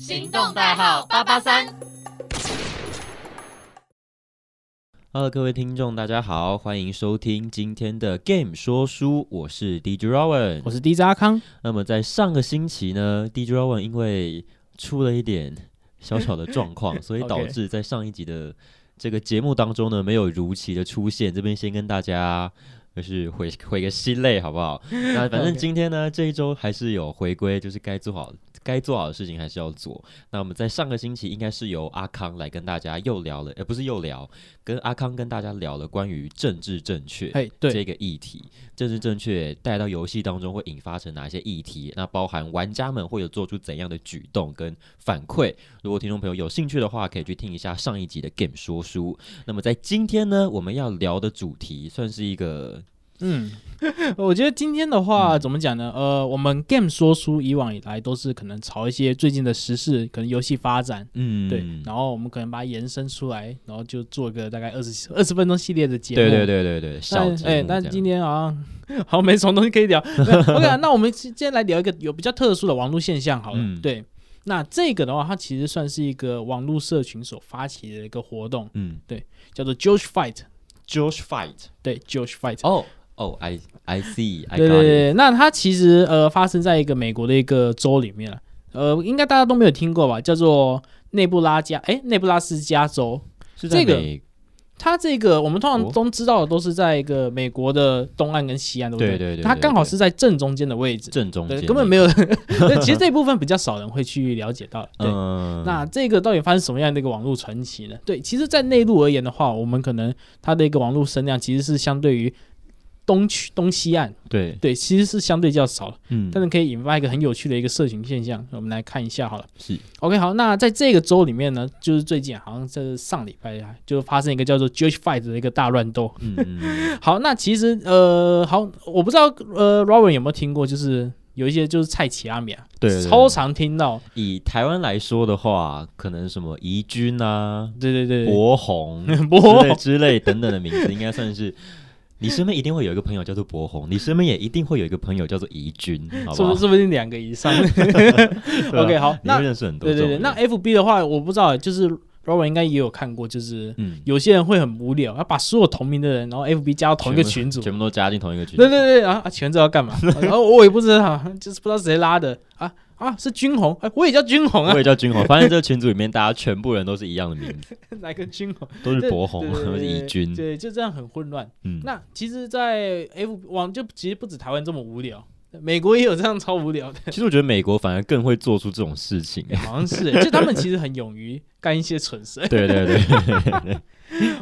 行动代号八八三。 Hello，各位听众，大家好，欢迎收听今天的 Game 说书，我是 DJ Rowan，我是 DJ 阿康，那么在上个星期呢，DJ Rowan 因为出了一点小小的状况， 所以导 OK 致在上一集的这个节目当中呢，没有如期的出现。这边先跟大家就是回回个心累，好不 好？那反正 OK 今天呢，这一周还是有回归，就是该做好。该做好的事情还是要做。那我们在上个星期应该是由阿康来跟大家又聊了，呃，不是又聊，跟阿康跟大家聊了关于政治正确。哎，对，这个议题，政治正确带到游戏当中会引发成哪一些议题？那包含玩家们会有做出怎样的举动跟反馈？如果听众朋友有兴趣的话，可以去听一下上一集的 Game 说书。那么在今天呢，我们要聊的主题算是一个嗯， 我觉得今天的话、嗯怎么讲呢？呃，我们 Game 说书以往以来都是可能朝一些最近的时事，可能游戏发展，嗯，对，然后我们可能把它延伸出来，然后就做个大概二十二十分钟系列的节目。对对对对对，小但节目哎，这但样今天好像好像没什么东西可 以聊。那 OK，啊那我们今天来聊一个有比较特殊的网络现象好了。嗯对，那这个的话，它其实算是一个网络社群所发起的一个活动，嗯叫做 Josh Fight。 ，Josh Fight，对，Josh Fight。哦哦，I I see，I 对 got 对 it 对，那它其实呃发生在一个美国的一个州里面了，呃，应该大家都没有听过吧？叫做内布拉加，哎，内布拉斯加州。是这在个美它这个我们通哦常都知道的都是在一个美国的东岸跟西岸，对不对对对对它对刚好对是在正中间的位置，正中间那对，个，根本没有。对， 其实这一部分比较少人会去了解 到。对，嗯，那这个到底发生什么样的一个网络传奇呢？对，其实，在内陆而言的话，我们可能它的一个网络声量其实是相对于东区东西岸，对，对，其实是相对较少的。嗯，但是可以引发一个很有趣的一个社群现象，我们来看一下好了。是 OK，好，那在这个周里面呢，就是最近啊好像在上礼拜啊，就发生一个叫做 Judge Fight 的一个大乱斗。嗯嗯嗯 好，那其实呃，好，我不知道呃，Robin 有没有听过，就是有一些就是蔡奇阿米啊，对对对超常听到，以台湾来说的话，可能什么怡君啊、对对对对，博 红博之类宏之类等等的名字，应该算是。你身边一定会有一个朋友叫做博红，你身边也一定会有一个朋友叫做怡君，好不说好不？说不定两个 以上。啊 对啊 OK，好，你那会认识很多对这对种对，人。那哎 FB 的话，我不知道，就是 Robin 应该也有看过，就是。嗯，有些人会很无聊，要把所有同名的人，然后 FB 加到同一个群组，全部都加进同一个群。对对对，然后啊，全知道 干嘛？然后我也不知道， 就是不知道谁拉的啊啊，是军红，哎、我也叫军红我啊，也叫君红，发现这个群组里面大家全部人都是一样的名字， 哪个军红？都是对博红对对或是对怡君。对，就这样很混乱。嗯，那其实，在 F 网就其实不止台湾这么无聊，美国也有这样超 无聊的，其实我觉得美国反而更会做出这种事情。哎好像是、就他们其实很勇于干一些蠢事。对对 对，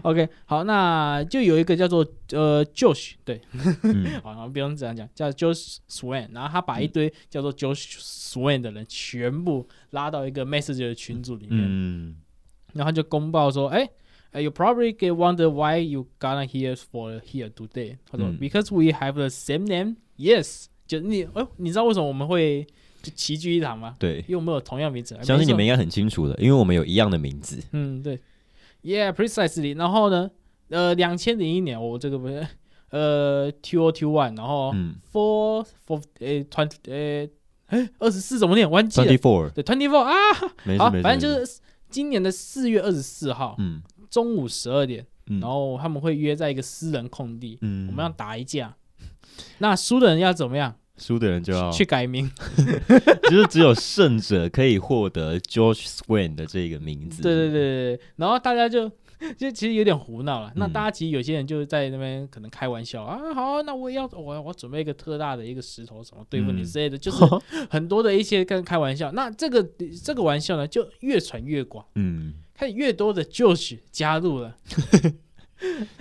OK，好，那就有一个叫做呃 Josh，对，嗯 好，不用这样讲，叫 Josh Swan，然后他把一堆叫做 Josh Swan 的人全部拉到一个 Messenger 的群组里面。嗯，然后他就公报说，哎、呃 you probably get wonder why you gonna here for here today。他说、嗯 because we have the same name。Yes，就你，哦，你知道为什么我们会就齐聚一堂吗？对，因为我们有同样名字。哎相信你。们没错应该很清楚的，因为我们有一样的名字。嗯，对。Yeah，precisely。然后呢，呃，两千零一年，我这个不是，呃，two o two one，然后嗯 four four，呃，twenty，呃，哎，二十四怎么念？忘记了 Twenty。Four，对，twenty four 啊，没事好，没事，反正没事就是今年的四月二十四号，嗯中午十二点，嗯，然后他们会约在一个私人空地，嗯我们要打一架。那输的人要怎么样？输的人就要，去改名。就是只有胜者可以获得 George Swain 的这个名字。对对对对，然后大家就 就其实有点胡闹嗯了。那大家其实有些人就在那边可能开玩笑、啊，好，那我也要我我准备一个特大的一个石头什么对付你嗯之 类的，就是很多的一些跟开玩笑。那这个这个玩笑呢，就越传越广，嗯，开始越多的 Josh 加入了。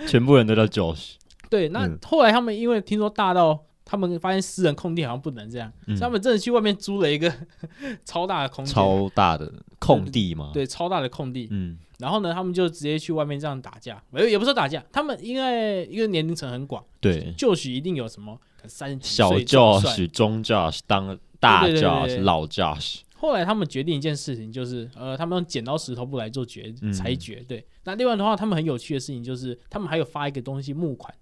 全部人都叫 George，对，那嗯后来他们因为听说大到他们发现私人空地好像不能这样，嗯所以他们真的去外面租了一个 超大的空间，超大的空地嘛。，对超大的空地。嗯然后呢，他们就直接去外面这样打架，没有也不是说打架，他们因为因为年龄层很广，对，就许一定有什么三十几小岁壮帅 Josh、中 Josh、当大对对对对 Josh、对老 Josh，后来他们决定一件事情，就是呃，他们用剪刀石头布来做决嗯裁决。对，那另外的话，他们很有趣的事情就是，他们还有发一个东西募款，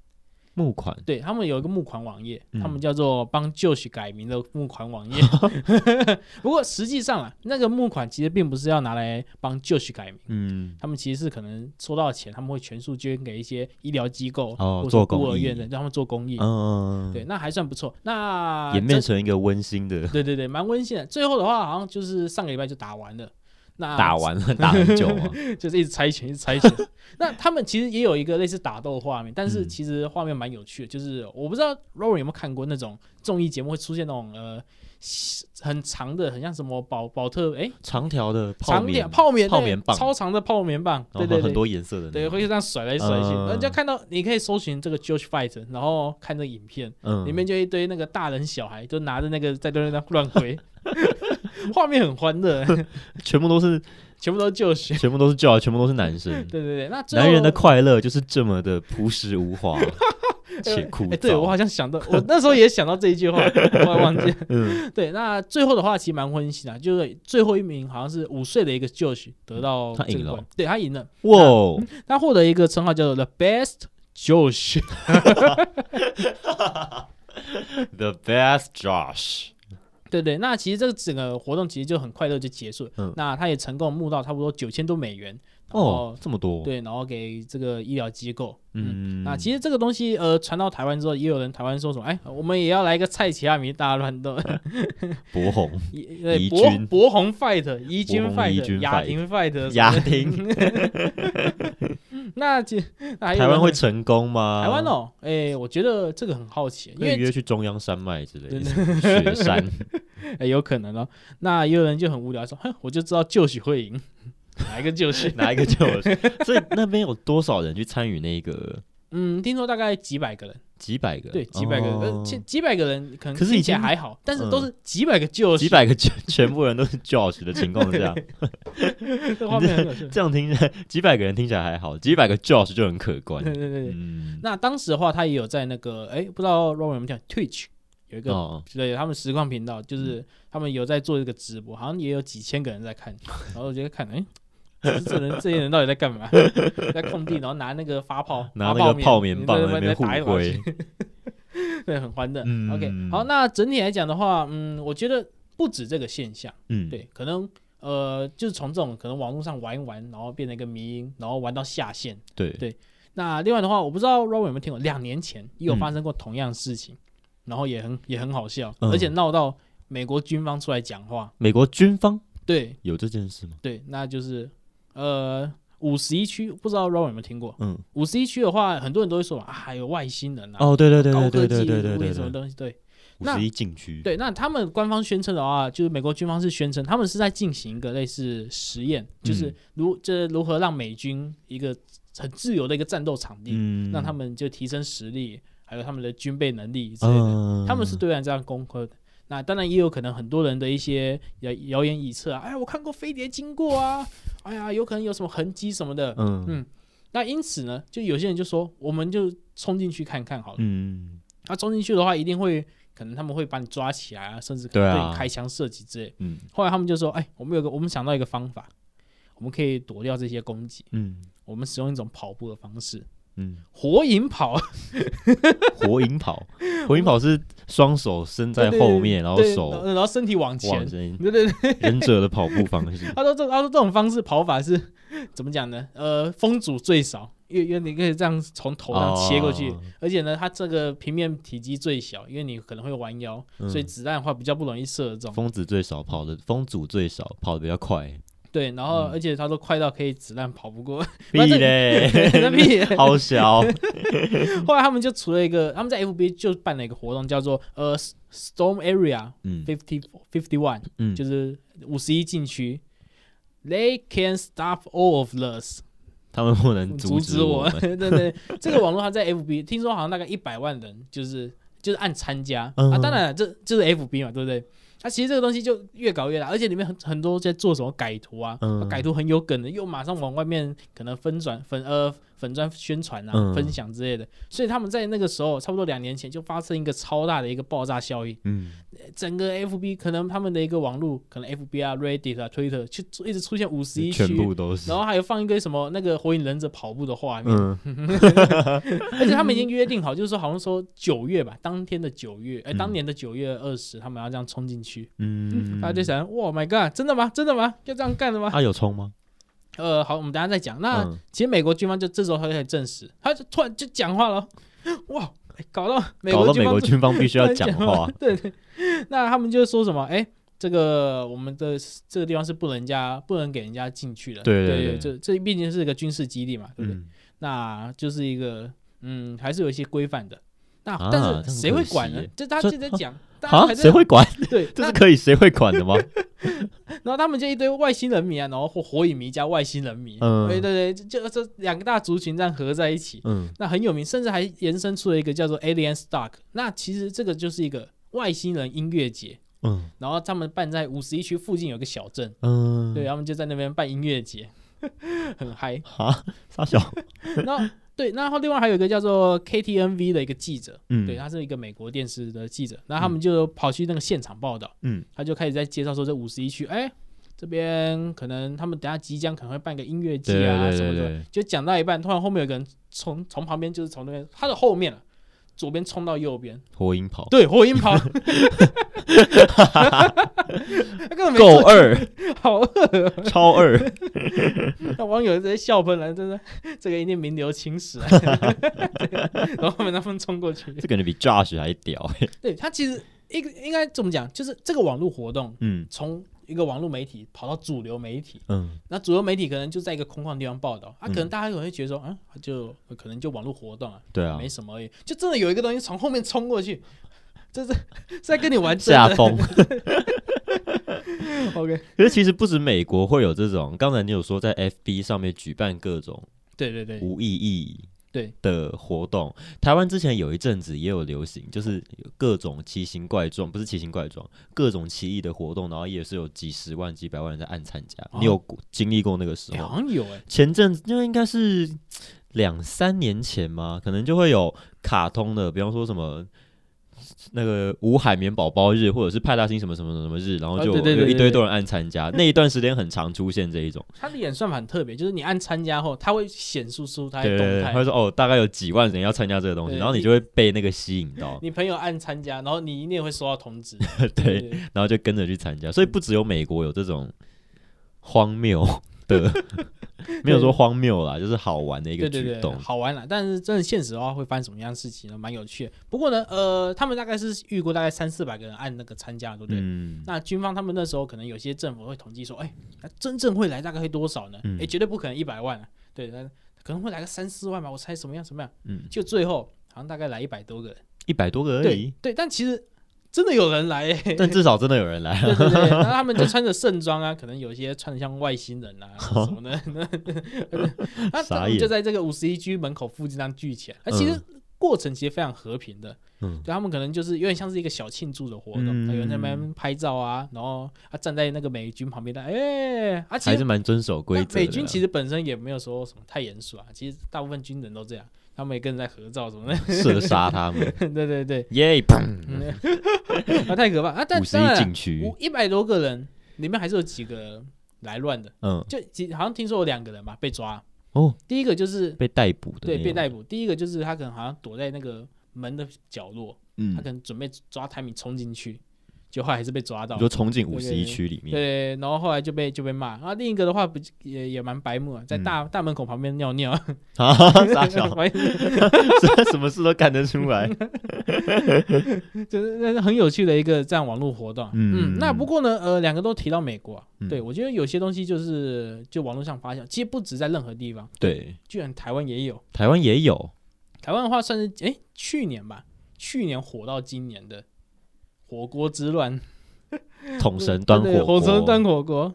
募款对他们有一个募款网页，嗯他们叫做帮 Josh 改名的募款网页。 不过实际上啊，那个募款其实并不是要拿来帮 Josh 改名，嗯，他们其实是可能收到钱，他们会全数捐给一些医疗机构、哦或者做孤公儿益院的，让他们做公益。嗯，对，那还算不错。那演变这成一个温馨的，对对对，蛮温馨的。最后的话，好像就是上个礼拜就打完了。那 打完了打很久啊， 就是一直猜拳，一直 猜拳。那他们其实也有一个类似打斗画面，但是嗯其实画面蛮有趣的。就是我不知道 r o r y 有没有看过那种综艺节目会出现那种呃很长的，很像什么宝宝特哎、长条的泡长面点，泡棉泡对棉棒超长的泡棉棒，然后对对很对。多颜色的那对，种，会就这样甩来甩去，嗯然后就看到你可以搜寻这个 George Fight，然后看这个影片，嗯，里面就一堆那个大人小孩，就拿着那个在那边乱挥， 画面很欢乐， 全部都是全部都是 George。全部都是 j o 全部都是男生。对对对，那最后 男人的快乐就是这么的朴实无 华且枯哎、燥。对我好像想到，我那时候也想到这 一句话，我还忘记了。嗯对，那最后的话其实蛮温馨的，啊就是最后一名好像是五岁的一个 Josh 得到他这赢个了冠，对他赢了，哇 哦，他获得一个称号叫做 The Best Josh。 The best Josh，对对，那其实这个整个活动其实就很快乐就结束了。嗯那他也成功募到差不多九千多美元，然后、哦，这么多，对，然后给这个医疗机构。嗯，嗯，那其实这个东西呃传到台湾之后，也有人台湾说什么，哎，我们也要来一个蔡奇亚米大乱斗。 博红 一对怡博君博红 fight 怡君博红怡君 fight 雅婷 fight 什么的雅婷， 那其那还有台湾会人成功吗？台湾，哦，哎，我觉得这个很好奇，啊因可以为约去中央山脉之类的真雪 山，哎有可能哦。那也有人就很无聊说，哼，我就知道就许会赢， 哪一个就许？哪一个就是？所以那边有多少人去参与那个？嗯，听说大概几百个人，几百个，对，几百个人，哦呃几几百个人可能可是已听起来经还好，但是嗯都是几百个就几百个全 全部人都是 Josh 的情况下，这画面很 有趣。这样听起来几百个人听起来还好，几百个 Josh 就很可观 对。对对对。嗯，那当时的话，他也有在那个哎，不知道 Roman 有没有讲 Twitch 有一个哦，嗯对他们实况频道，就是他们有在做这个直播，好像也有几千个人 在看，然后我就在看，哎、这这人这些人到底在干嘛？ 在空 地，然后拿那个发泡，拿发那个泡棉棉棒在在那边边互打一把挥去， 对，很欢乐。嗯 OK，好，那整体来讲的话，嗯，我觉得不止这个现象，嗯，对，可能呃，就是从这种可能网络上玩一玩，然后变成一个迷音，然后玩到下线。对对那另外的话，我不知道 Rowan 有没有听过，两年前也有发生过同样的事情，然后也很也很好笑，嗯而且闹到美国军方出来讲话。美国军方对有这件事吗？对，那就是呃五十一区，不知道 Rowan 有没有听过？嗯，五十一区的话，很多人都会说啊，还有外星人啊，哦，对对对高对科对技对对对武力对什么对，东西？对五十一禁区，对，那他们官方宣称的话，就是美国军方是宣称他们是在进行一个类似实验，就是嗯如这如何让美军一个很自由的一个战斗场地，嗯，让他们就提升实力，还有他们的军备能力之类的。嗯，他们是对岸这样攻克的。那当然也有可能很多人的一些谣谣言臆测啊，哎呀，我看过飞碟经过啊，哎呀，有可能有什么痕迹什么的。嗯嗯那因此呢，就有些人就说，我们就冲进去看看好了。嗯那、冲进去的话，一定会可能他们会把你抓起来啊，甚至可对能啊对你开枪射击之类。嗯后来他们就说，哎，我们有个我们想到一个方法，我们可以躲掉这些攻击，嗯我们使用一种跑步的方式，嗯，火影跑。火影 跑，火影跑是双手伸在对后面，然后对手然后身体往前往。前，对对对，，忍者的跑步方式他说这他说这种方式跑法是怎么讲呢？呃，风阻最少，因为因为你可以这样从头上切过去，哦而且呢，它这个平面体积最小，因为你可能会弯腰，嗯所以子弹的话比较不容易射中。疯子最少跑的，风阻最少跑的比较快，对，然后嗯而且他说快到可以子弹跑不 过，屁反正嘞， 那屁。好 小，后来他们就出了一个，他们在 FB 就办了一个活动，叫做呃 Storm Area 嗯 Fifty Fifty One。嗯，就是五十一禁区。They can stop all of us，他们不 能嗯阻嗯止止我。们，对对， 这个网络它在 FB，听说好像大概一百万人，就是就是按参加、嗯啊。当然了，这就是 FB 嘛，对不对？它、其实这个东西就越搞越大，而且里面很很多在做什么改图啊，嗯改图很有梗的，又马上往外面可能分转分呃粉砖宣传啊、嗯分享之类的。所以他们在那个时候，差不多两年前就发生一个超大的一个爆炸效应，嗯，整个 FB 可能他们的一个网络，可能 FB 啊、Reddit 啊、Twitter 就一直出现五十一区全，部都是然，后还有放一个什么那个火影忍者跑步的画面，嗯而且他们已经约定好，就是说好像说九月吧，当天的九月，哎、嗯当年的九月二十，他们要这样冲进去。嗯，啊大家就想，哇，My God，真的吗？真的吗？要这样干的吗？他有冲吗？呃，好，我们等一下再讲。那、嗯其实美国军方就这时候他就很证实，他就突然就讲话了，哇，哎搞到美搞国到军美方国突军方必须要然讲话话，，啊对对。那他们就说什么？哎、这个我们的这个地方是不能人家不能给人家进去的，对对对对这这毕竟是一个军事基地嘛，对不对？嗯，那就是一个嗯，还是有一些规范的。那、啊但是这很谁会可惜管呢耶？这大家这现在讲，大家啊还，在谁会管？对？ 这那是可以谁会管 的吗？然后他们就一堆外星人迷啊，然后或火影迷加外星人迷，嗯对对对，就就这两个大族群这样合在一起，嗯那很有名，甚至还延伸出了一个叫做 Alien Stock。那其实这个就是一个外星人音乐节，嗯然后他们办在五十一区附近有个小镇，嗯，对，他啊们就在那边办音乐节， 很嗨。啊，傻小，然后对，然后另外还有一个叫做 KTNV 的一个记者，嗯，对，他啊是一个美国电视的记者，然后他们就跑去那个现场报道，嗯，他就开始在介绍说这五十一区，哎，这边可能他们等下即将可能会办个音乐季啊对对对什么的对，就讲到一半，突然后面有个人从从旁边就是从那边他的后面了，啊左边冲到右边，哦火影跑对，火影 跑，他根本没够做，二， 好饿，超二，那网友在笑喷了，真的，这个一定名留青史啊， 然后后面他们冲过去，这感觉比 Josh 还屌，欸 对他其实应应该怎么讲，就是这个网络活动嗯从一个网络媒体跑到主流媒体，嗯那主流媒体可能就在一个空旷地方报道，啊，嗯可能大家可能会觉得说，啊，就可能就网络活动啊，对啊没什么而已，就真的有一个东西从后面冲过去， 这是是在跟你玩真下的风。 ，OK，可是其实不止美国会有这种，刚才你有说在 FB 上面举办各种对对对，无意义对的活动，台湾之前有一阵子也有流行，就是有各种奇形怪状，不是奇形怪状，各种奇异的活动，然后也是有几十万、几百万人在暗参加。哦你有过经历过那个时哎候？好像有哎、前阵子那应该是两三年前嘛，可能就会有卡通的，比方说什么。那个无海绵宝宝日，或者是派大星什么什么什么日，然后啊就对对对有一堆对对多人按参加，那一段时间很常出现这一种，它的演算法很特别，就是你按参加后，它会显示出它的对对动对，他态会。说哦，大概有几万人要参加这个东西，对嗯然后你你就会被那个吸引到，你朋友按参加，然后你一定会收到通知。 对，然后就跟着去参加，所以不只有美国有这种荒谬 的，没有说荒谬啦，就是好玩的一个对举对对，动，好玩啦。但是真的现实的话，会发生什么样的事情呢？蛮有趣的。不过呢，呃，他们大概是预估大概三四百个人按那个参加，对不对？嗯，那军方他们那时候可能有些政府会统计说，哎，那真正会来大概会多少呢？哎、嗯绝对不可能一百万、啊，对，那可能会来个三四万吧，我猜什么样什么样。嗯，就最后好像大概来一百多个人，一百多个而对已，对，但其实真的有人来、欸。但至少真的有人来，对对对，然后他们就穿着盛装啊，可能有一些穿的像外星人啊什么的，那傻他们就眼在这个五十一居门口附近这样聚起来。那其实过程其实非常和平的，嗯对他们可能就是有点像是一个小庆祝的活动，嗯有人在那边拍照啊，然后他站在那个美军旁边的，哎，啊其还是实蛮遵守规那则的啦。美军其实本身也没有说什么太严肃啊，其实大部分军人都这样，他们也跟人在合照什么的，射杀他 们，对对对，耶！嗯砰，啊太可怕啊！但五十当然一啊禁区五，一百多个人，里面还是有几个来乱的，嗯，就几好像听说有两个人吧被抓。哦，第一个就是被逮捕的，对被逮，捕，第一个就是他可能好像躲在那个门的角落，他嗯可，能准备抓泰米冲进去，结果后来还是被抓到你。说冲进五对十对一对区里 面，对，然后后来就被就被骂。然后另一个的话不也也蛮白目啊，在嗯大、大门口旁边 尿尿，啊，傻小，反正什么事都干得出来， 就是那是很有趣的一个这样网络活动啊。嗯嗯，那不过呢，呃，两个都提到美国啊，嗯对我觉得有些东西就是就网络上发酵，其实不止在任何地方，对，居然台湾也有。台湾也有，台湾的话算是哎、诶去年吧，去年火到今年的火锅之乱，桶神端对火火锅，神端火锅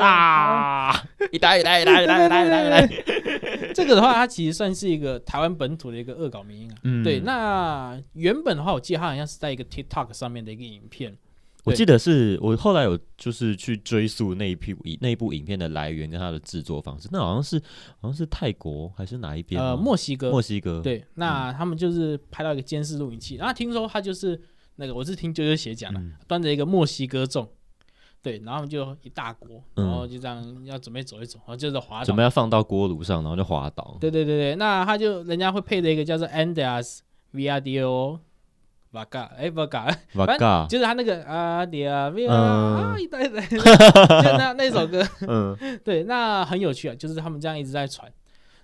啊。啊！一打一打一打一对对打一打一打一打对，对对这个的话，它其实算是一个台湾本土的一个恶搞迷因啊。嗯对，那原本的话，我记得它好像是在一个 TikTok 上面的一个影片，我对记得是我后来有就是去追溯那一批那一部影片的来源跟它的制作方式，那好像是好像是泰国还是哪一边吗？呃，墨西哥，墨西哥，嗯对，那他们就是拍到一个监视录影器，然后听说他就是那个，我是听啾啾鞋讲的，嗯端着一个墨西哥粽，对，然后他们就一大锅，嗯然后就这样要准备走一走，然后就是滑准倒备。要放到锅炉上，然后就滑倒。对对对对，那他就人家会配的一个叫做 Andas Viadio Vaga，哎 Vaga，哇反嘎， 就是他那个啊 d i a v i a 嗯啊一代一代，就那那首歌， 嗯，对，那很有趣啊，就是他们这样一直在传。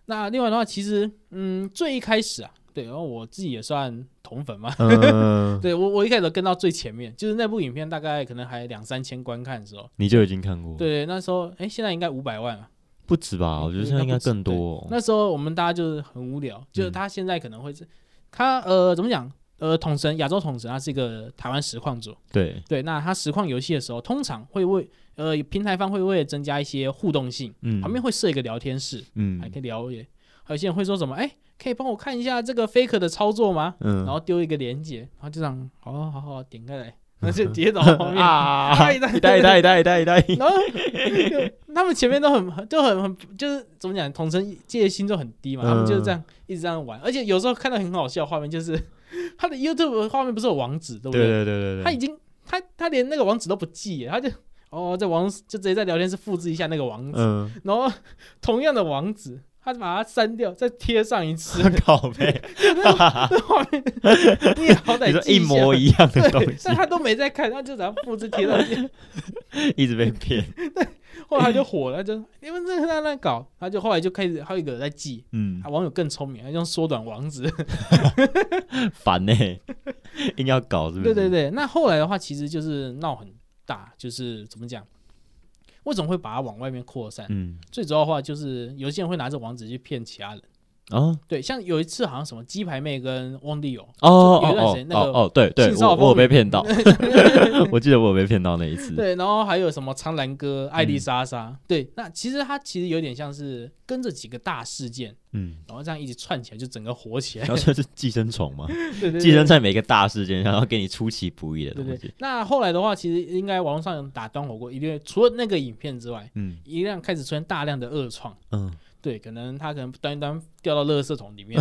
那另外的话，其实嗯，最一开始啊，对，然后我自己也算同粉嘛， 嗯对我我一开始都跟到最前面，就是那部影片大概可能还两三千观看的时候，你就已经看过，，对，那时候哎，现在应该五百万了。不止吧？嗯我觉得现在应该更多哦。嗯那时候我们大家就是很无聊，就是他现在可能会是，他呃怎么讲？呃，统神亚洲统神，他是一个台湾实况主，对，对，那他实况游戏的时候，通常会为呃平台方会为了增加一些互动性，嗯，旁边会设一个聊天室，还嗯可以聊耶。还有些人会说什么，哎，可以帮我看一下这个 faker 的操作吗？嗯，然后丢一个链接，然后就这样，好好好好点开来，然后 就跌倒后面。啊，一代 一代一代一代一代一代，然后就他们前面都很就很很就是怎么讲，同城戒心就很低嘛，他们就是嗯这样一直这样玩，而且有时候看到很好笑的画面，就是他的 YouTube 的画面不是有网址对不对对对对他已对，经他他连那个网址都不记耶，他就哦在网就直接在聊天室复制一下那个网址，嗯， 然后同样的网址。他就把它删掉，再贴上一 次，靠 背，那画面 你也好你歹说记一下模一样的东对，西但，他都没在看，他就只要复制贴上去， 一直被 骗，后来他就火了，他就你们这乱乱搞，他就后来就开始还有一个人在记，嗯啊，，网友更聪明，他就用缩短网址。烦呢， 硬要搞是不 是？对对对，那后来的话其实就是闹很大，就是怎么讲，为什么会把它往外面扩散？嗯最主要的话就是有些人会拿着网址去骗其他人。啊对，像有一次好像什么鸡排妹跟翁立友，哦哦有一段时哦间那哦个哦，对对，性骚我扰我有被骗 到， 对，我记得我有被骗到那一次，然后还有什么苍兰哥、嗯艾丽莎莎，对，那其实它其实有点像是跟着几个大事件，嗯，然后这样一直串起来，就整个火起来 然。后这是寄生虫嘛，对对对寄生在每个大事件上，然后给你出其不意的对东对西，，那后来的话，其实应该网络上有打端火锅，一定会除了那个影片之外，嗯一辆开始出现大量的恶创。嗯，对，可能他可能端一端掉到垃圾桶 里面，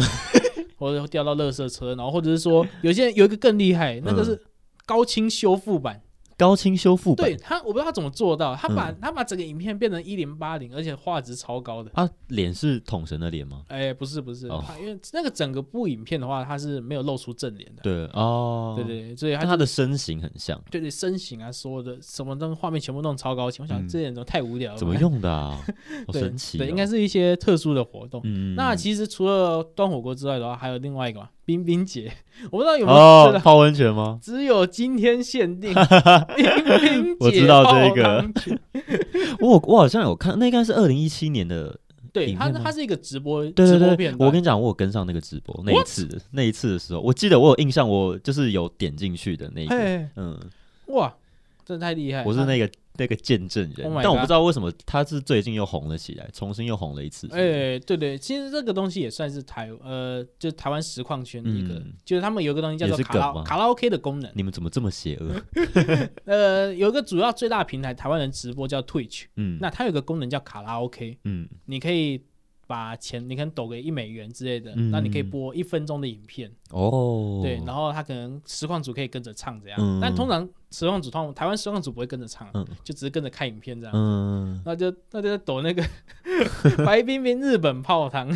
或者掉到垃圾车，然后或者是说有些人有一个更厉害，那个嗯是高清修复版。高清修复版对他，我不知道他怎么做到，他嗯把、他把整个影片变成一零八零，而且画质超高的。啊，脸是桶神的脸吗？哎，不是不是，哦他因为那个整个部影片的话，它是没有露出正脸的。对哦，对对对，所以但他他的身形很像，对对，身形啊，所有的什么东西画面全部弄超高清，我嗯想这点怎么太无聊了吧？怎么用的 啊？好对？神奇哦，对，应该是一些特殊的活动。嗯，那其实除了端火锅之外的话，还有另外一个嘛，冰冰姐，我不知道有没有吃哦到，泡温泉吗？只有今天限 定冰冰姐我知道这个泡汤群， 我我好像有看，那应该是二零一七年的，对影它片吗它是一个直播对 直播对对片，段，我跟你讲，我有跟上那个直播那一次，那一次的时候，我记得我有印象，我就是有点进去的那一个，哎嗯，哇，真的太厉害，我是那个那个见证人 Oh my，但我 God 不知道为什么他是最近又红了起来，重新又红了一次，哎、对对，其实这个东西也算是台呃，就是台湾实况圈的一个，嗯就是他们有一个东西叫也做是卡梗拉吗卡拉 OK 的功能。你们怎么这么邪 恶？呃，有一个主要最大的平台，台湾人直播叫 Twitch，嗯，那它有一个功能叫卡拉 OK，嗯你可以把钱，你可能抖个一美元之类的，嗯那你可以播一分钟的影片，哦，对，然后它可能实况组可以跟着唱这样，嗯但通常实况组通常台湾实况组不会跟着唱，啊嗯就只是跟着看影片这样。嗯，那就那就在抖那个 白冰冰日本泡汤，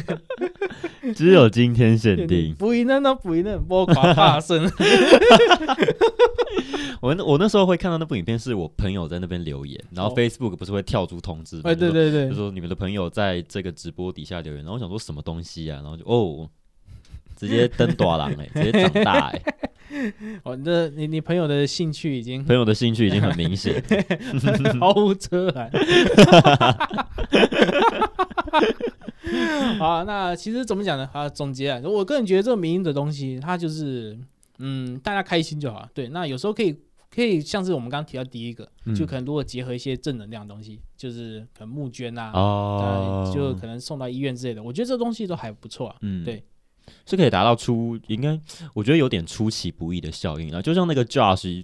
只有今天限 定。不一嫩呢，不一嫩，波垮发生。 我那我那时候会看到那部影片，是我朋友在那边留言，然后哦 Facebook 不是会跳出通知吗？哎，就对说对就对，说你们的朋友在这个直播底下留言，然后我想说什么东西啊，然后就哦，直接登短郎 哎，直接长大哎、 哦，你的你你朋友的兴趣已经朋友的兴趣已经很明显，毫无遮拦。 好啊，那其实怎么讲呢？啊，总结啊，我个人觉得这个民音的东西，它就是嗯，大家开心就好。对，那有时候可以可以像是我们刚刚提到第一个，嗯 就可能如果结合一些正能量的东西，就是可能募捐啊，哦呃，就可能送到医院之类的，我觉得这东西都还不错啊。嗯对，是可以达到出应该我觉得有点出其不意的效应啊，就像那个 Josh。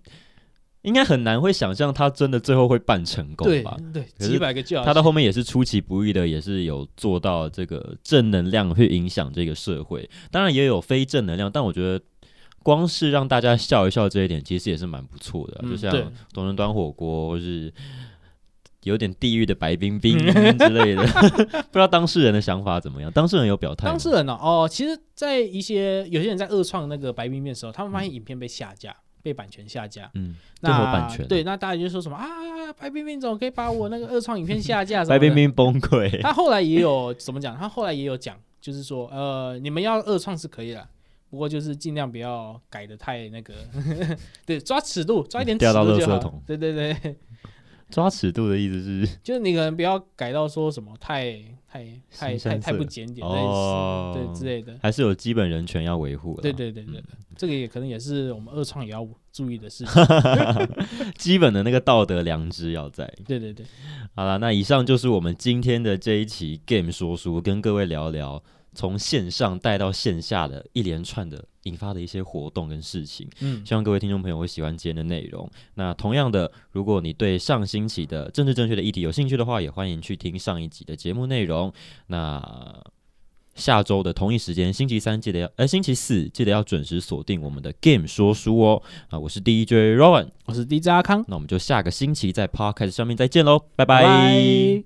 应该很难会想象他真的最后会办成功对吧？对，可是几百个就好他到后面也是出其不意的，也是有做到这个正能量去影响这个社会，当然也有非正能量，但我觉得。光是让大家笑一笑这一点，其实也是蛮不错的啊、嗯就像对董人端火锅，或是有点地狱的白冰冰嗯 之类的，不知道当事人的想法怎么样？当事人有表态吗，当事人呢、哦，其实，在一些有些人在恶创那个白冰面的时候，他们发现影片被下架，被版权下架。嗯，这那有嗯版权，对，，那大家就说什么啊，白冰冰总可以把我那个恶创影片 下架什么白的。冰，冰崩溃，他后来也有怎么讲？他后来也有讲，就是说，呃，你们要恶创是可以的，不过就是尽量不要改的太那个， 对，抓尺度，抓一点尺掉到度垃就圾好。桶对对对， 抓尺度的意思是就是你可能不要改到说什么太太太新三太太色不检点，哦对之 类的。还是有基本人权要维护啦对对对对，这个也可能也是我们二创也要注意的事情。基本的那个道德良知要在。对对对，好了，那以上就是我们今天的这一期 Game 说书，跟各位聊聊从线上带到线下的一连串的引发的一些活动跟事情。嗯，希望各位听众朋友会喜欢今天的内容。那同样的，如果你对上星期的政治正确的议题有兴趣的话，也欢迎去听上一集的节目内容。那下周的同一时间，星期三记得要，呃，星期四记得要准时锁定我们的 Game 说书哦。啊，我是 DJ Rowan，我是 DJ 阿康，那我们就下个星期在 Podcast 上面再见喽，拜拜拜